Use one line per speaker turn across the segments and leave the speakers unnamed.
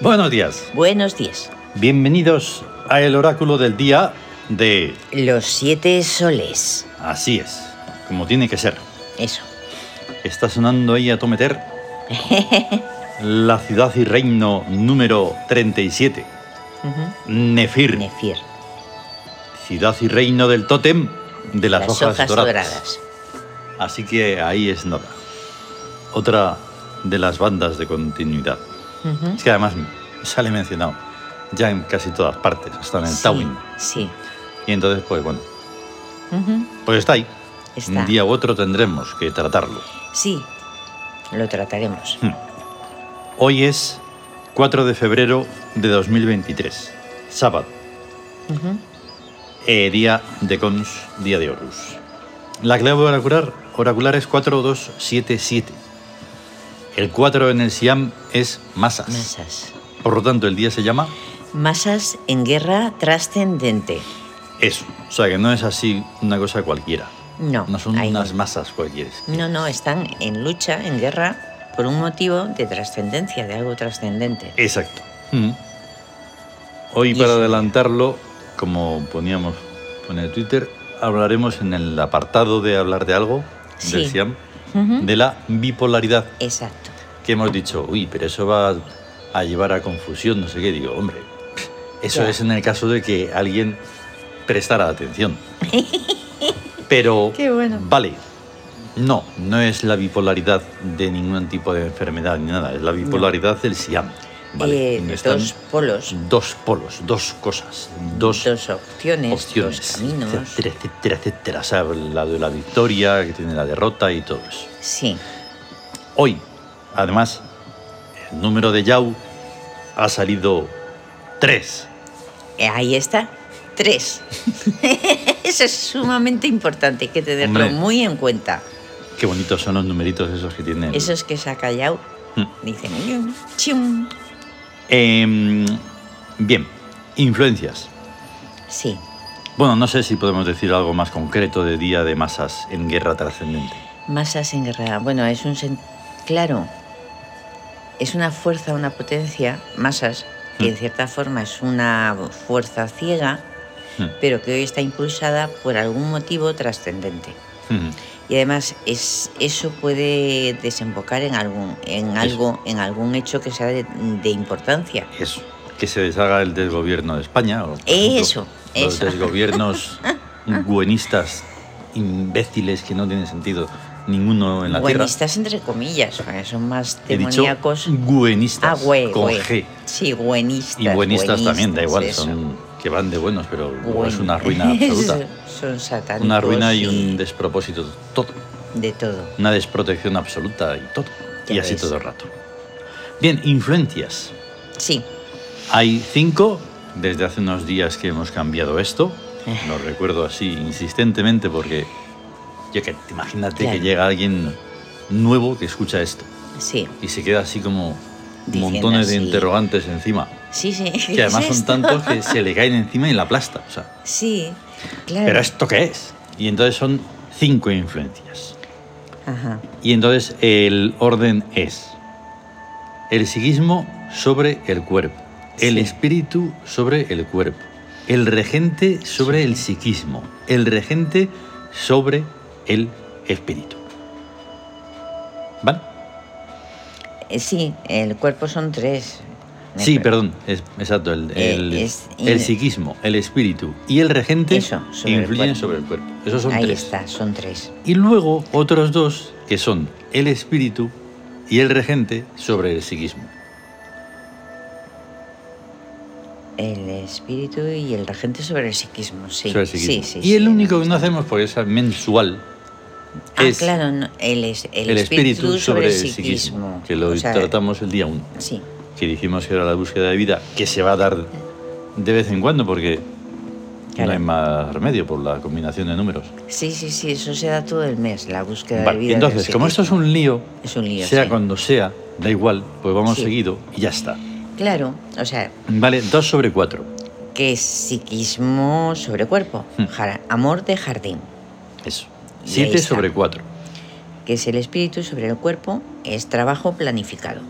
Buenos días.
Buenos días.
Bienvenidos a el oráculo del día de...
Los siete soles.
Así es, como tiene que ser.
Eso.
Está sonando ahí a tometer la ciudad y reino número 37.
Ujú.
Nefir,
Nefir.
ciudad y reino del tótem de las,
Las hojas
doradas.
doradas.
Así que ahí es nada. Otra de las bandas de continuidad.
Ujú.
Es que además sale mencionado ya en casi todas partes, hasta en el
Sí,
Tawin.
Sí.
Y entonces, pues bueno,
Ujú.
pues está ahí.
Está.
Un día u otro tendremos que tratarlo.
Sí. Lo trataremos.
Hoy es 4 de febrero de 2023, sábado,
Ujú.
eh, día de Cons, día de Horus. La clave oracular, oracular es 4277. El 4 en el Siam es masas.
Masas.
Por lo tanto, el día se llama
Masas en guerra trascendente.
eso. O sea que no es así una cosa cualquiera.
No.
No son
ahí
unas masas cualquiera.
No, no, están en lucha, en guerra, por un motivo de trascendencia, de algo trascendente.
Exacto. Mm. Hoy,
Y
para
eso.
adelantarlo, como poníamos en el Twitter, hablaremos en el apartado de hablar de algo, del
Sí. Mm.
SIAM,
Ujú.
de la bipolaridad,
Exacto.
que hemos dicho, uy, pero eso va a llevar a confusión, no sé qué. Digo, hombre, eso
Ya.
es en el caso de que alguien prestara atención. Pero,
Qué bueno.
vale, no, no es la bipolaridad de ningún tipo de enfermedad ni nada, es la bipolaridad del SIAM. Vale,
Eh,
donde están-
dos polos,
dos polos, dos cosas, dos,
dos opciones, dos
opciones,
caminos.
etcétera, etcétera, etcétera. O sea, la de la victoria, que tiene la derrota y todo eso.
Sí.
Hoy, además, el número de Yau ha salido tres.
Eh, Ahí está. Tres. Eso es sumamente importante, hay que tenerlo
Hombre.
muy en cuenta.
Qué bonitos son los numeritos esos que tienen.
Esos que se ha callado
Mm.
dicen, "Yum, chum".
Em, bien, influencias.
Sí.
Bueno, no sé si podemos decir algo más concreto de Día de Masas en Guerra Trascendente.
Masas en guerra. Bueno, es un. sen- Claro. Es una fuerza, una potencia, masas, que en cierta forma es una fuerza ciega,
Mm,
pero que hoy está impulsada por algún motivo trascendente.
mm.
Y además es, eso puede desembocar en algún, en algo, en algún hecho que sea de, de importancia.
Eso, que se deshaga el desgobierno de España. O, por
Eso,
Los
eso.
desgobiernos buenistas, imbéciles, que no tienen sentido ninguno en la Tierra.
Buenistas entre comillas, porque son más
He dicho
demoníacos.
buenistas,
ah, güey,
con
güey.
G.
Sí, buenistas.
Y buenistas también, da igual,
eso.
son que van de buenos, pero luego es
Buen-
una ruina absoluta.
son satánicos.
Una ruina y un despropósito todo.
De todo.
Una desprotección absoluta y todo.
Ya
y así
ves.
todo el rato. Bien, influencias.
Sí,
Hay cinco, desde hace unos días que hemos cambiado esto. Lo recuerdo así insistentemente porque yo que imagínate
Claro.
que llega alguien nuevo que escucha esto
sí,
y se queda así como
Diciendo
montones de
así.
interrogantes encima.
sí, sí.
Que además
¿Es
son
esto?
tantos que se le caen encima y la aplasta. O sea,
Sí, claro.
¿pero esto qué es? Y entonces son cinco influencias.
Ajá.
Y entonces el orden es el psiquismo sobre el cuerpo, el
Sí.
espíritu sobre el cuerpo, el regente sobre el psiquismo, el regente sobre el espíritu. ¿Vale?
Eh, Sí, el cuerpo son tres.
Sí, perdón, es- exacto, el,
Eh,
el-
es-
el psiquismo, el espíritu y el regente
Eso, sobre el
influyen
cuerpo.
sobre el cuerpo. Esos son
Ahí
tres.
está, son tres.
Y luego otros dos, que son el espíritu y el regente sobre el psiquismo.
El espíritu y el regente sobre el psiquismo, sí.
sobre el psiquismo.
Sí, sí,
y
sí.
el único que no hacemos, porque es mensual,
Ah,
es
claro, no, el, es- el
el
espíritu, sobre el psiquismo.
que lo
O sea,
tratamos el día 1,
Sí,
que dijimos que era la búsqueda de vida, que se va a dar de vez en cuando, porque
Claro.
no hay más remedio por la combinación de números.
sí, sí, sí, eso se da todo el mes, la búsqueda
Vale,
de vida.
entonces,
del
como esto es
psiquismo.
un lío,
Es un lío,
sea
sí.
cuando sea, da igual, pues vamos
Sí.
seguido y ya está.
Claro, o sea,
Vale, 2 sobre 4.
que es psiquismo sobre cuerpo,
Hmm.
jara- amor de jardín,
Eso.
Y ahí
7
está.
sobre 4.
que es el espíritu sobre el cuerpo, es trabajo planificado.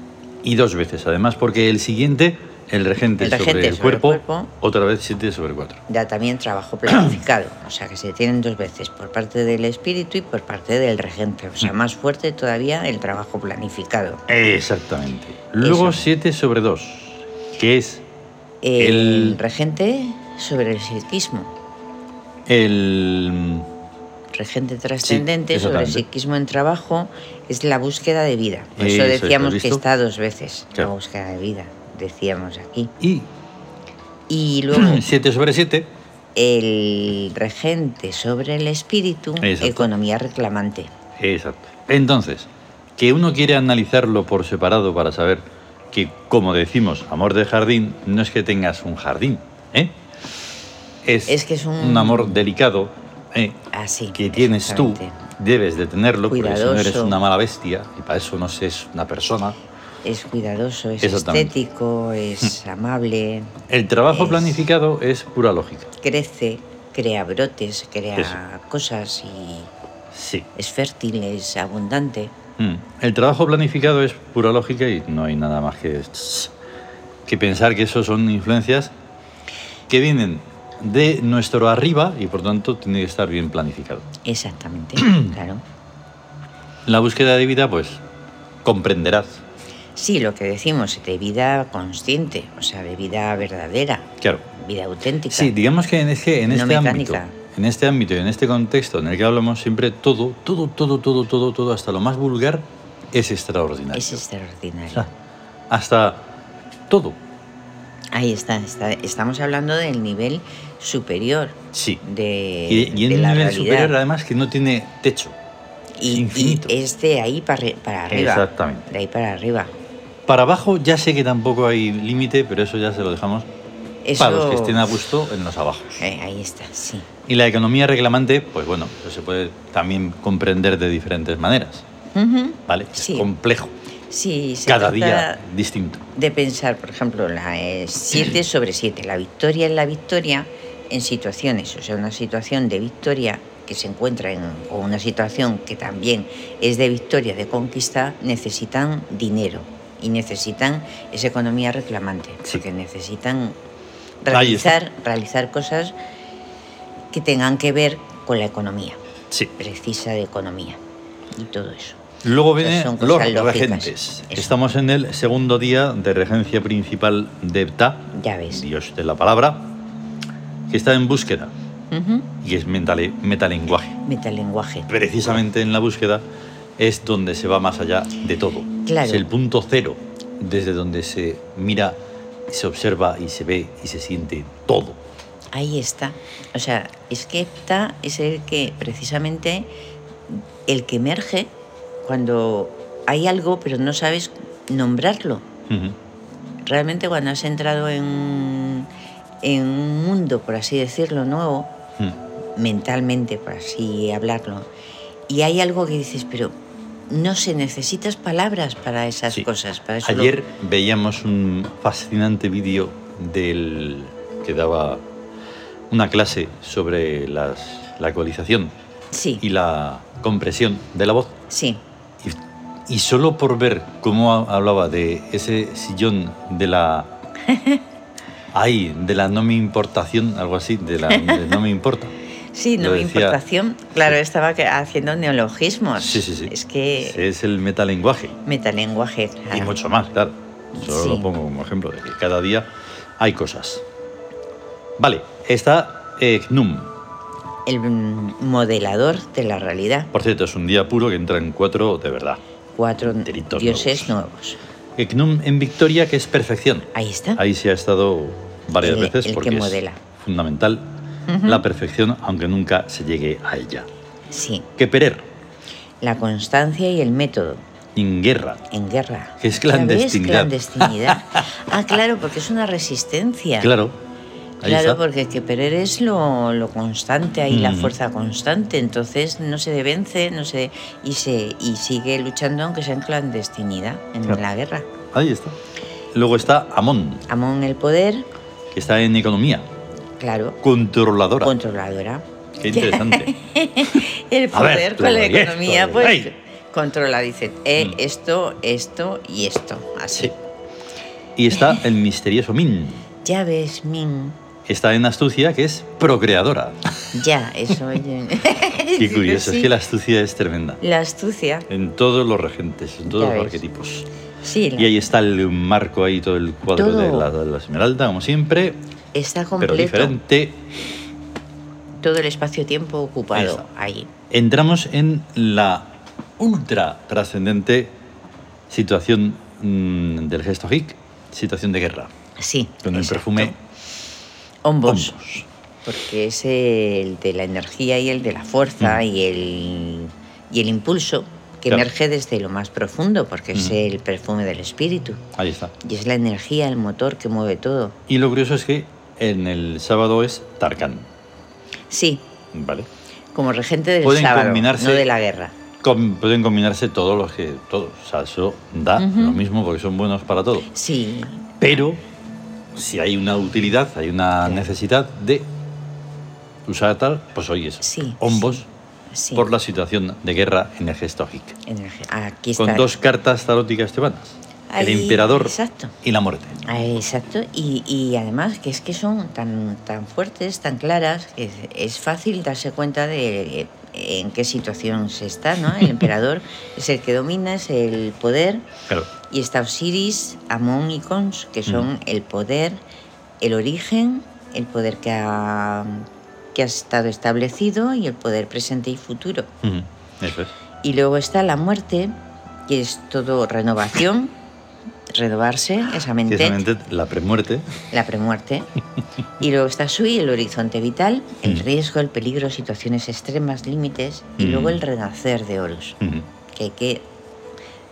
Y dos veces, además, porque el siguiente, el regente,
El
sobre,
regente
el,
sobre el
cuerpo,
cuerpo.
otra vez 7 sobre 4.
Da también trabajo planificado, o sea que se tienen dos veces, por parte del espíritu y por parte del regente. O
Mm.
sea, más fuerte todavía el trabajo planificado.
Exactamente. Luego
Eso.
7 sobre 2, que es
El
El-
regente sobre el psiquismo.
el...
Regente trascendente sobre el
exactamente.
psiquismo en trabajo es la búsqueda de vida. Por
Eso,
eso
¿has
decíamos que
visto?
está dos veces
Claro.
la búsqueda de vida, decíamos aquí.
Y
Y luego
7 sobre 7,
el regente sobre el espíritu,
Exacto.
economía reclamante.
Exacto. Entonces, que uno quiere analizarlo por separado para saber que, como decimos, amor de jardín no es que tengas un jardín, ¿eh? Es,
Es que es un-
amor delicado ¿eh?
Así.
que tienes tú,
exactamente.
debes de tenerlo, porque si no eres
Cuidadoso.
una mala bestia y para eso no sé, es una persona.
Es cuidadoso, es
Exactamente. Hmm.
estético, es amable,
El trabajo
Es-
planificado es pura lógica.
crece, crea brotes, crea
Eso.
cosas y
Sí.
es fértil, es abundante.
Mm. El trabajo planificado es pura lógica y no hay nada más que, que pensar que eso son influencias que vienen de nuestro arriba y por tanto tiene que estar bien planificado.
Exactamente,
Hmm.
claro.
La búsqueda de vida, pues comprenderás,
Sí, lo que decimos, de vida consciente, o sea, de vida verdadera,
claro.
vida auténtica.
Sí, digamos que en, este- en
No
este ámbito,
mecánica.
en este ámbito y en este contexto en el que hablamos siempre todo, todo, todo, todo, todo, todo, hasta lo más vulgar es extraordinario.
es
O
extraordinario.
sea, hasta todo,
Ahí está, está- estamos hablando del nivel superior
sí.
de,
Y, y en
eh, de
un
la
nivel
realidad.
superior, además, que no tiene techo.
y, y
infinito.
es de ahí para, arri- para arriba.
Exactamente.
De ahí para arriba.
Para abajo ya sé que tampoco hay límite, pero eso ya se lo dejamos
Eso,
para los que estén a gusto en los abajos.
eh, ahí está, sí.
Y la economía reclamante, pues bueno, eso se puede también comprender de diferentes maneras,
Ujú.
¿vale?
Sí.
Es complejo,
Sí, se
cada
trata
día distinto.
de pensar, por ejemplo, la 7 sobre 7, la victoria es la victoria en situaciones, o sea, una situación de victoria que se encuentra en, o una situación que también es de victoria, de conquista, necesitan dinero y necesitan esa economía reclamante,
Sí.
porque necesitan
Ahí está.
realizar, realizar cosas que tengan que ver con la economía,
Sí.
precisa de economía y todo eso.
Luego
Pues
viene
son
los
cosas lógicas.
regentes.
Eso.
Estamos en el segundo día de regencia principal de Ptah,
Ya ves.
dios de la palabra, que está en búsqueda
Ujú.
y es mentale- metalenguaje.
Metalenguaje.
precisamente en la búsqueda es donde se va más allá de todo.
Claro.
Es el punto cero desde donde se mira, se observa y se ve y se siente todo.
Ahí está. O sea, es que Epta es el que precisamente el que emerge cuando hay algo pero no sabes nombrarlo.
Ujú.
Realmente cuando has entrado en, en un mundo, por así decirlo, nuevo,
Mm.
mentalmente, por así hablarlo, y hay algo que dices, pero no sé, necesitas palabras para esas
Sí.
cosas. Para eso lo-
Ayer veíamos un fascinante vídeo del que daba una clase sobre las- la ecualización
Sí,
y la compresión de la voz.
sí,
Y, y solo por ver cómo ha- hablaba de ese sillón de la. Ay, de la no me importación, algo así, de la de no me importa.
sí, no
Lo
me
decía-
importación. Claro,
Sí.
estaba que- haciendo neologismos.
Sí, sí, sí.
Es que...
Ese es el metalenguaje
metalenguaje. claro.
y mucho más, claro. Solo
Sí.
lo pongo como ejemplo de que cada día hay cosas. Vale, está eh, GNUM.
El mm, modelador de la realidad.
Por cierto, es un día puro que entra en cuatro de verdad.
Cuatro
Delitos
dioses nuevos.
Eh, GNUM en Victoria, que es perfección.
Ahí está.
Ahí se ha estado varias
El-
veces
el que
porque es
modela.
fundamental
Ujú.
la perfección, aunque nunca se llegue a ella.
Sí.
Que Perer,
La constancia y el método
en guerra.
en guerra.
Que es
¿Ya ves?
clandestinidad.
clandestinidad. ah, claro, porque es una resistencia.
Claro. ahí
Claro,
está.
porque que Perer es lo, lo constante, ahí la
Mm.
fuerza constante, entonces no se vence, no se y se y sigue luchando aunque sea en clandestinidad, en
Claro.
la guerra.
Ahí está. Luego está Amón,
Amón el poder,
que está en economía,
claro,
controladora.
controladora.
Qué interesante.
El
A ver,
poder con la
claro, y esto,
economía,
y-
pues
¡Ey!
controla, dice, eh,
Mm.
esto, esto y esto, así.
Sí. Y está el misterioso Min.
Ya ves, Min,
Está en astucia, que es procreadora.
ya, eso... yo-
Qué curioso,
Sí.
es que la astucia es tremenda.
La astucia,
En todos los regentes, en todos
Ya
los
ves.
arquetipos.
sí, la-
Y ahí está el marco ahí, todo el cuadro
Todo.
de la, de la esmeralda, como siempre,
está
pero
completo,
diferente.
todo el espacio-tiempo ocupado
Eso.
ahí.
Entramos en la ultra trascendente situación mm, del gesto hic, situación de guerra,
Sí,
con el
exacto.
perfume
Hombos.
Hombos.
Porque es el de la energía y el de la fuerza
Mm.
y, el, y el impulso que
Claro.
emerge desde lo más profundo, porque es
Mm.
el perfume del espíritu.
Ahí está.
Y es la energía, el motor que mueve todo.
Y lo curioso es que en el sábado es Tarkan,
Sí,
¿vale?
como regente del
Pueden
sábado,
combinarse-
no de la guerra.
Com- pueden combinarse todos los que todos. O sea, eso da
Ujú.
lo mismo porque son buenos para todo.
Sí,
Pero si hay una utilidad, hay una
Claro.
necesidad de usar tal, pues hoy es
Sí,
hombos
sí.
por la situación de guerra en el gesto hic.
Energía. Aquí está.
Con dos cartas taróticas tebanas.
Ahí,
el emperador
exacto.
y la muerte.
Ah, Exacto, y, y además que es que son tan, tan fuertes, tan claras, que es, es fácil darse cuenta de en qué situación se está, ¿no? El emperador es el que domina, es el poder,
Claro.
y está Osiris, Amón y Cons, que son
Ujú.
el poder, el origen, el poder que ha, que ha estado establecido y el poder presente y futuro.
Ujú, Eso es.
Y luego está la muerte, que es todo renovación, renovarse, esa mente
Precisamente la premuerte.
la premuerte. Y luego está Sui, el horizonte vital, el
Mm.
riesgo, el peligro, situaciones extremas, límites. Y
Mm.
luego el renacer de Horus,
Ujú,
que hay que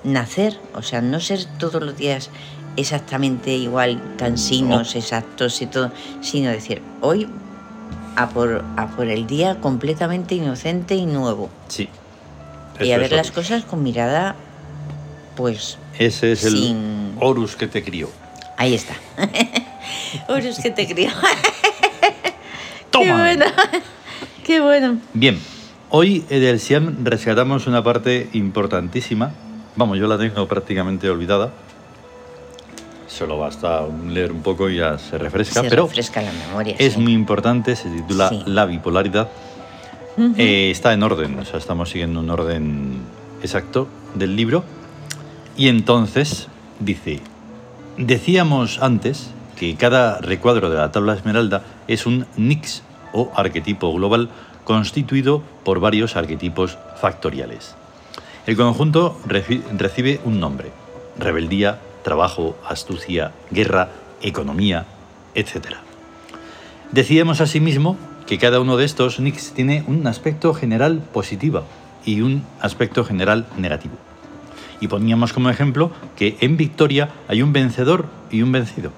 nacer, o sea, no ser todos los días exactamente igual, cansinos, exactos y todo, sino decir, hoy a por, a por el día completamente inocente y nuevo.
Sí.
y
Eso
a
es
ver las
Horus.
cosas con mirada, pues
Ese es el
sin-
Horus que te crió.
ahí está. Horus que te crió.
¡Toma!
Qué bueno. Qué bueno.
Bien, hoy eh, del Siam rescatamos una parte importantísima. Vamos, yo la tengo prácticamente olvidada. Solo basta leer un poco y ya se refresca, Ah,
se
pero
refresca la memoria.
es
sí.
muy importante, se titula
Sí.
La bipolaridad.
Ujú.
Eh, está en orden, o sea, estamos siguiendo un orden exacto del libro. Y entonces dice, decíamos antes que cada recuadro de la tabla esmeralda es un nix o arquetipo global constituido por varios arquetipos factoriales. El conjunto reci- recibe un nombre, rebeldía, trabajo, astucia, guerra, economía, etcétera. Decíamos asimismo que cada uno de estos nicks tiene un aspecto general positivo y un aspecto general negativo. Y poníamos como ejemplo que en victoria hay un vencedor y un vencido.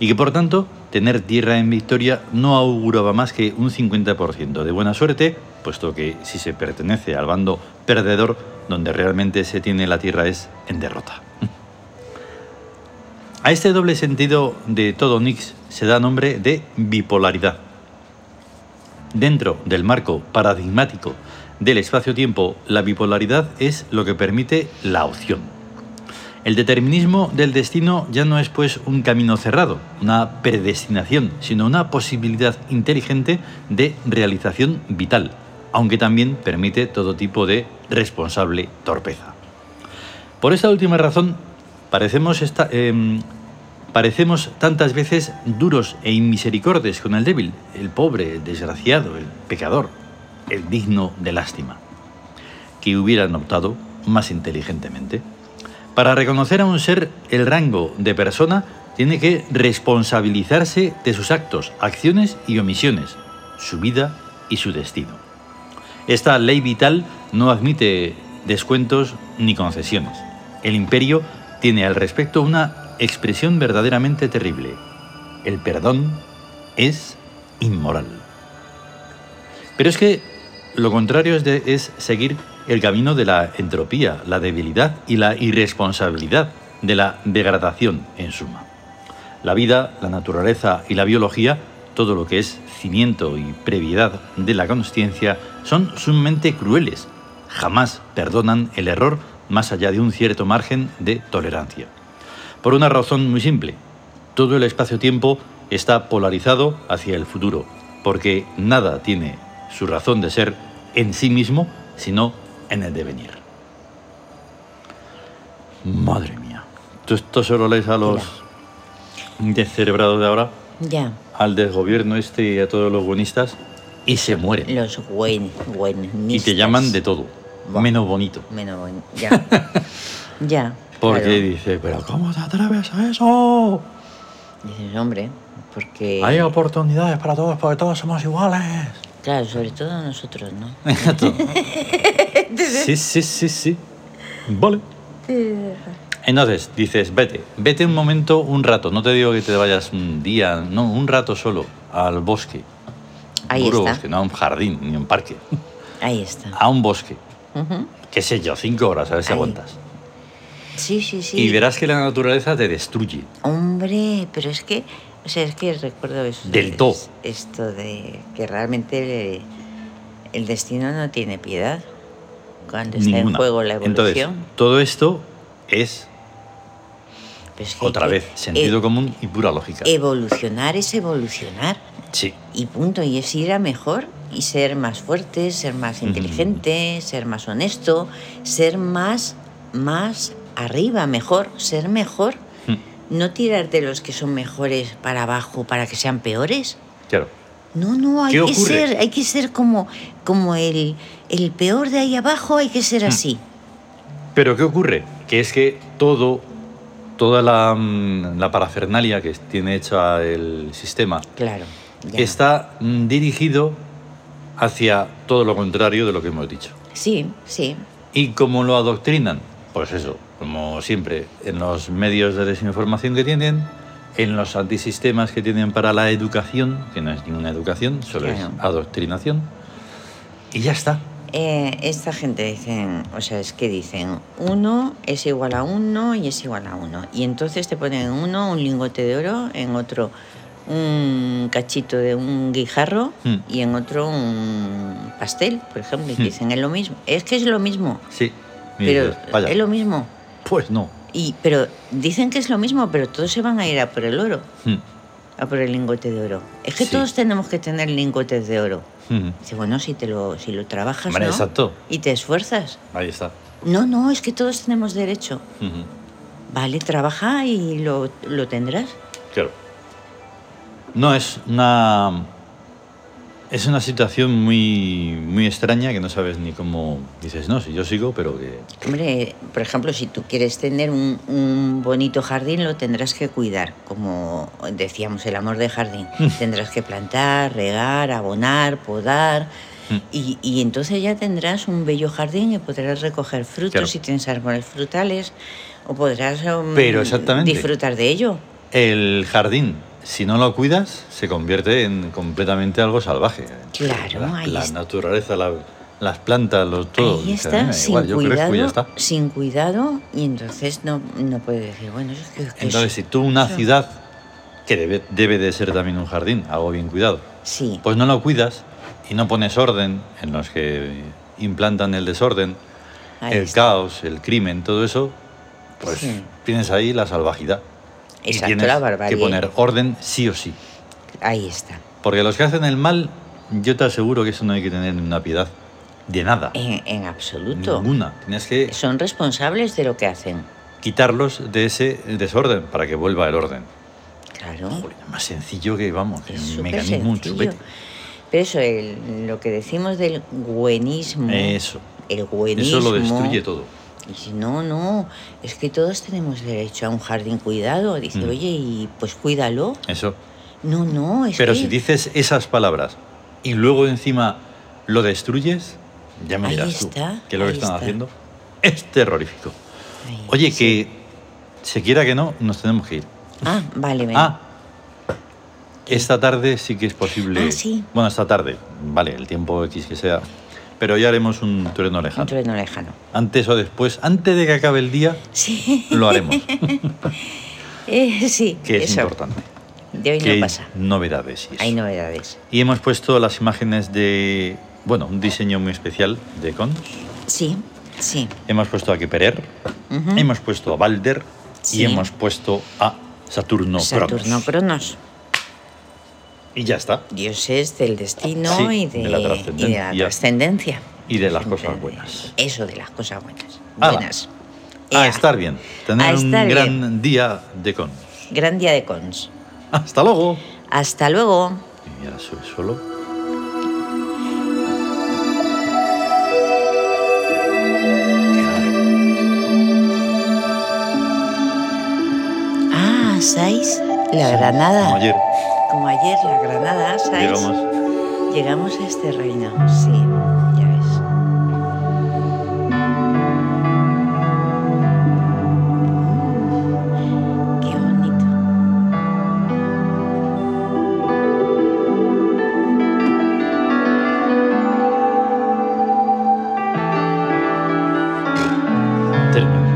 Y que por tanto, tener tierra en victoria no auguraba más que un 50% de buena suerte, puesto que si se pertenece al bando perdedor, donde realmente se tiene la tierra es en derrota. A este doble sentido de todo Nix se da nombre de bipolaridad. Dentro del marco paradigmático del espacio-tiempo, la bipolaridad es lo que permite la opción. El determinismo del destino ya no es pues un camino cerrado, una predestinación, sino una posibilidad inteligente de realización vital, aunque también permite todo tipo de responsable torpeza. Por esta última razón, parecemos, esta- em, parecemos tantas veces duros e inmisericordes con el débil, el pobre, el desgraciado, el pecador, el digno de lástima, que hubieran optado más inteligentemente. Para reconocer a un ser el rango de persona, tiene que responsabilizarse de sus actos, acciones y omisiones, su vida y su destino. Esta ley vital no admite descuentos ni concesiones. El imperio tiene al respecto una expresión verdaderamente terrible. El perdón es inmoral. Pero es que lo contrario es, de- es seguir el camino de la entropía, la debilidad y la irresponsabilidad, de la degradación en suma. La vida, la naturaleza y la biología, todo lo que es cimiento y previedad de la consciencia, son sumamente crueles, jamás perdonan el error más allá de un cierto margen de tolerancia. Por una razón muy simple, todo el espacio-tiempo está polarizado hacia el futuro, porque nada tiene su razón de ser en sí mismo, sino en el devenir. Madre mía, tú esto se lo lees a los descerebrados de ahora,
Ya.
al desgobierno este y a todos los buenistas, y se mueren.
Los buen, buenistas.
Y te llaman de todo,
Buah.
menos bonito.
Menos buen. Ya. ya.
Porque
claro.
dice, pero ¿cómo te atreves a eso?
Dices, hombre, porque.
Hay oportunidades para todos, porque todos somos iguales.
Claro, sobre todo nosotros, ¿no?
Exacto. sí, sí, sí, sí. Vale. Entonces dices, vete, vete un momento, un rato. No te digo que te vayas un día, no, un rato solo al bosque.
Ahí
Puro
está.
bosque, no a un jardín ni a un parque.
Ahí está.
A un bosque.
Ujú.
Qué sé yo, cinco horas, a ver si
Ahí.
aguantas.
Sí, sí, sí.
Y verás que la naturaleza te destruye.
Hombre, pero es que, o sea, es que recuerdo eso.
Del todo.
es- Esto de que realmente el, el destino no tiene piedad cuando está en
Ninguna.
juego la
Entonces,
evolución.
todo esto es
Pero es que hay
otra
que-
vez sentido
e-
común y pura lógica.
Evolucionar es evolucionar
sí.
y punto, y es ir a mejor y ser más fuerte, ser más
Ujú.
inteligente, ser más honesto, ser más, más arriba, mejor, ser mejor.
Mm,
No tirar de los que son mejores para abajo para que sean peores.
Claro.
No, no, hay
¿Qué
que
ocurre?
ser, hay que ser como, como el, el peor de ahí abajo, hay que
Hmm.
ser así.
Pero ¿qué ocurre? Que es que todo, toda la, mm, la parafernalia que tiene hecha el sistema
Claro. ya.
está mm, dirigido hacia todo lo contrario de lo que hemos dicho.
Sí, sí.
¿Y cómo lo adoctrinan? Pues eso, como siempre, en los medios de desinformación que tienen, en los antisistemas que tienen para la educación, que no es ninguna educación, solo
Claro.
es adoctrinación, y ya está.
Eh, esta gente dicen, o sea, es que dicen, uno es igual a uno y es igual a uno. Y entonces te ponen en uno un lingote de oro, en otro un cachito de un guijarro
Mm.
y en otro un pastel, por ejemplo. Y te
Mm.
dicen, es lo mismo. Es que es lo mismo,
Sí. Y
pero
dices, vaya,
es lo mismo.
pues no.
Y, pero dicen que es lo mismo, pero todos se van a ir a por el oro,
Mm,
a por el lingote de oro. Es que
Sí.
todos tenemos que tener lingotes de oro.
mm.
Dice, bueno, si, te lo, si lo trabajas
Hombre,
¿no?
exacto.
y te esfuerzas.
Ahí está.
No, no, es que todos tenemos derecho.
Ujú.
Vale, trabaja y lo, lo tendrás.
Claro. No, es una. Es una situación muy, muy extraña que no sabes ni cómo. Dices, no, si yo sigo, pero que.
Hombre, por ejemplo, si tú quieres tener un, un bonito jardín, lo tendrás que cuidar, como decíamos, el amor de jardín.
Mm.
tendrás que plantar, regar, abonar, podar.
Mm.
Y, y entonces ya tendrás un bello jardín y podrás recoger frutos
Claro.
si tienes árboles frutales o podrás um,
Pero exactamente.
disfrutar de ello.
El jardín, si no lo cuidas, se convierte en completamente algo salvaje.
Claro,
la,
ahí
la
está.
naturaleza, la- las plantas, los todo.
Ahí
Dices, "A mí
está,
me da
sin
igual, yo crezco y
cuidado,
ya está.
sin cuidado, y entonces no, no puede decir, bueno, es que, que
Entonces,
sí.
si tú una
Sí.
ciudad, que debe, debe de ser también un jardín, algo bien cuidado,
sí,
pues no lo cuidas y no pones orden en los que implantan el desorden,
ahí
el
está.
caos, el crimen, todo eso, pues
Sí.
tienes ahí la salvajidad.
Exacto,
y tienes
la barbarie.
que poner orden sí o sí.
Ahí está.
Porque los que hacen el mal, yo te aseguro que eso no hay que tener una piedad de nada.
En, en absoluto.
Ninguna. Tienes que
Son responsables de lo que hacen.
quitarlos de ese desorden para que vuelva el orden.
Claro.
Joder, más sencillo que, vamos, que
Es
un
súper
mecanismo, un
sencillo.
chupete.
Pero eso, el- lo que decimos del buenismo.
Eso.
El buenismo.
Eso lo destruye todo.
Y dice, no, no, es que todos tenemos derecho a un jardín cuidado. Dice,
Mm.
oye, y pues cuídalo.
Eso.
No, no, es
Pero
que
si dices esas palabras y luego encima lo destruyes, ya me
Ahí
dirás
está,
tú que lo que
ahí
están
está.
haciendo es terrorífico.
Ay,
Oye,
sí.
que se quiera que no, nos tenemos que ir.
Ah, vale, vale.
Ah, esta tarde sí que es posible.
Ah, sí.
Bueno, esta tarde, vale, el tiempo X que sea. Pero ya haremos un trueno
Un
lejano.
trueno lejano.
Antes o después, antes de que acabe el día,
Sí,
lo haremos,
eh, sí.
que es
eso.
importante.
De hoy
Que hay
no pasa.
novedades. y eso.
Hay novedades.
Y hemos puesto las imágenes de, bueno, un diseño muy especial de Cons.
Sí, sí.
Hemos puesto a Keperer,
Ujú.
hemos puesto a Balder
Sí.
y hemos puesto a Saturno,
Saturno
Cronos.
Cronos.
Y ya está.
Dioses del destino
Sí,
y, de,
de la
y de la
trascendencia.
trascendencia.
Y de las cosas buenas.
Eso de las cosas buenas.
Ala.
Buenas.
A
Ea.
estar bien. Tener
A
un
estar
gran día de con.
Gran día de cons.
Hasta luego.
Hasta luego.
Y ahora sube solo.
Ah, Sais, la
Como
Granada.
ayer
Como ayer, la Granada, Sais.
llegamos.
Llegamos a este reino, sí, ya ves. Qué bonito.
Telmex.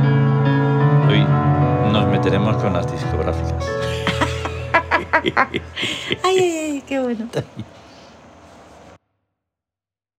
Hoy nos meteremos con las discográficas.
Ay, ay, ay, qué bueno.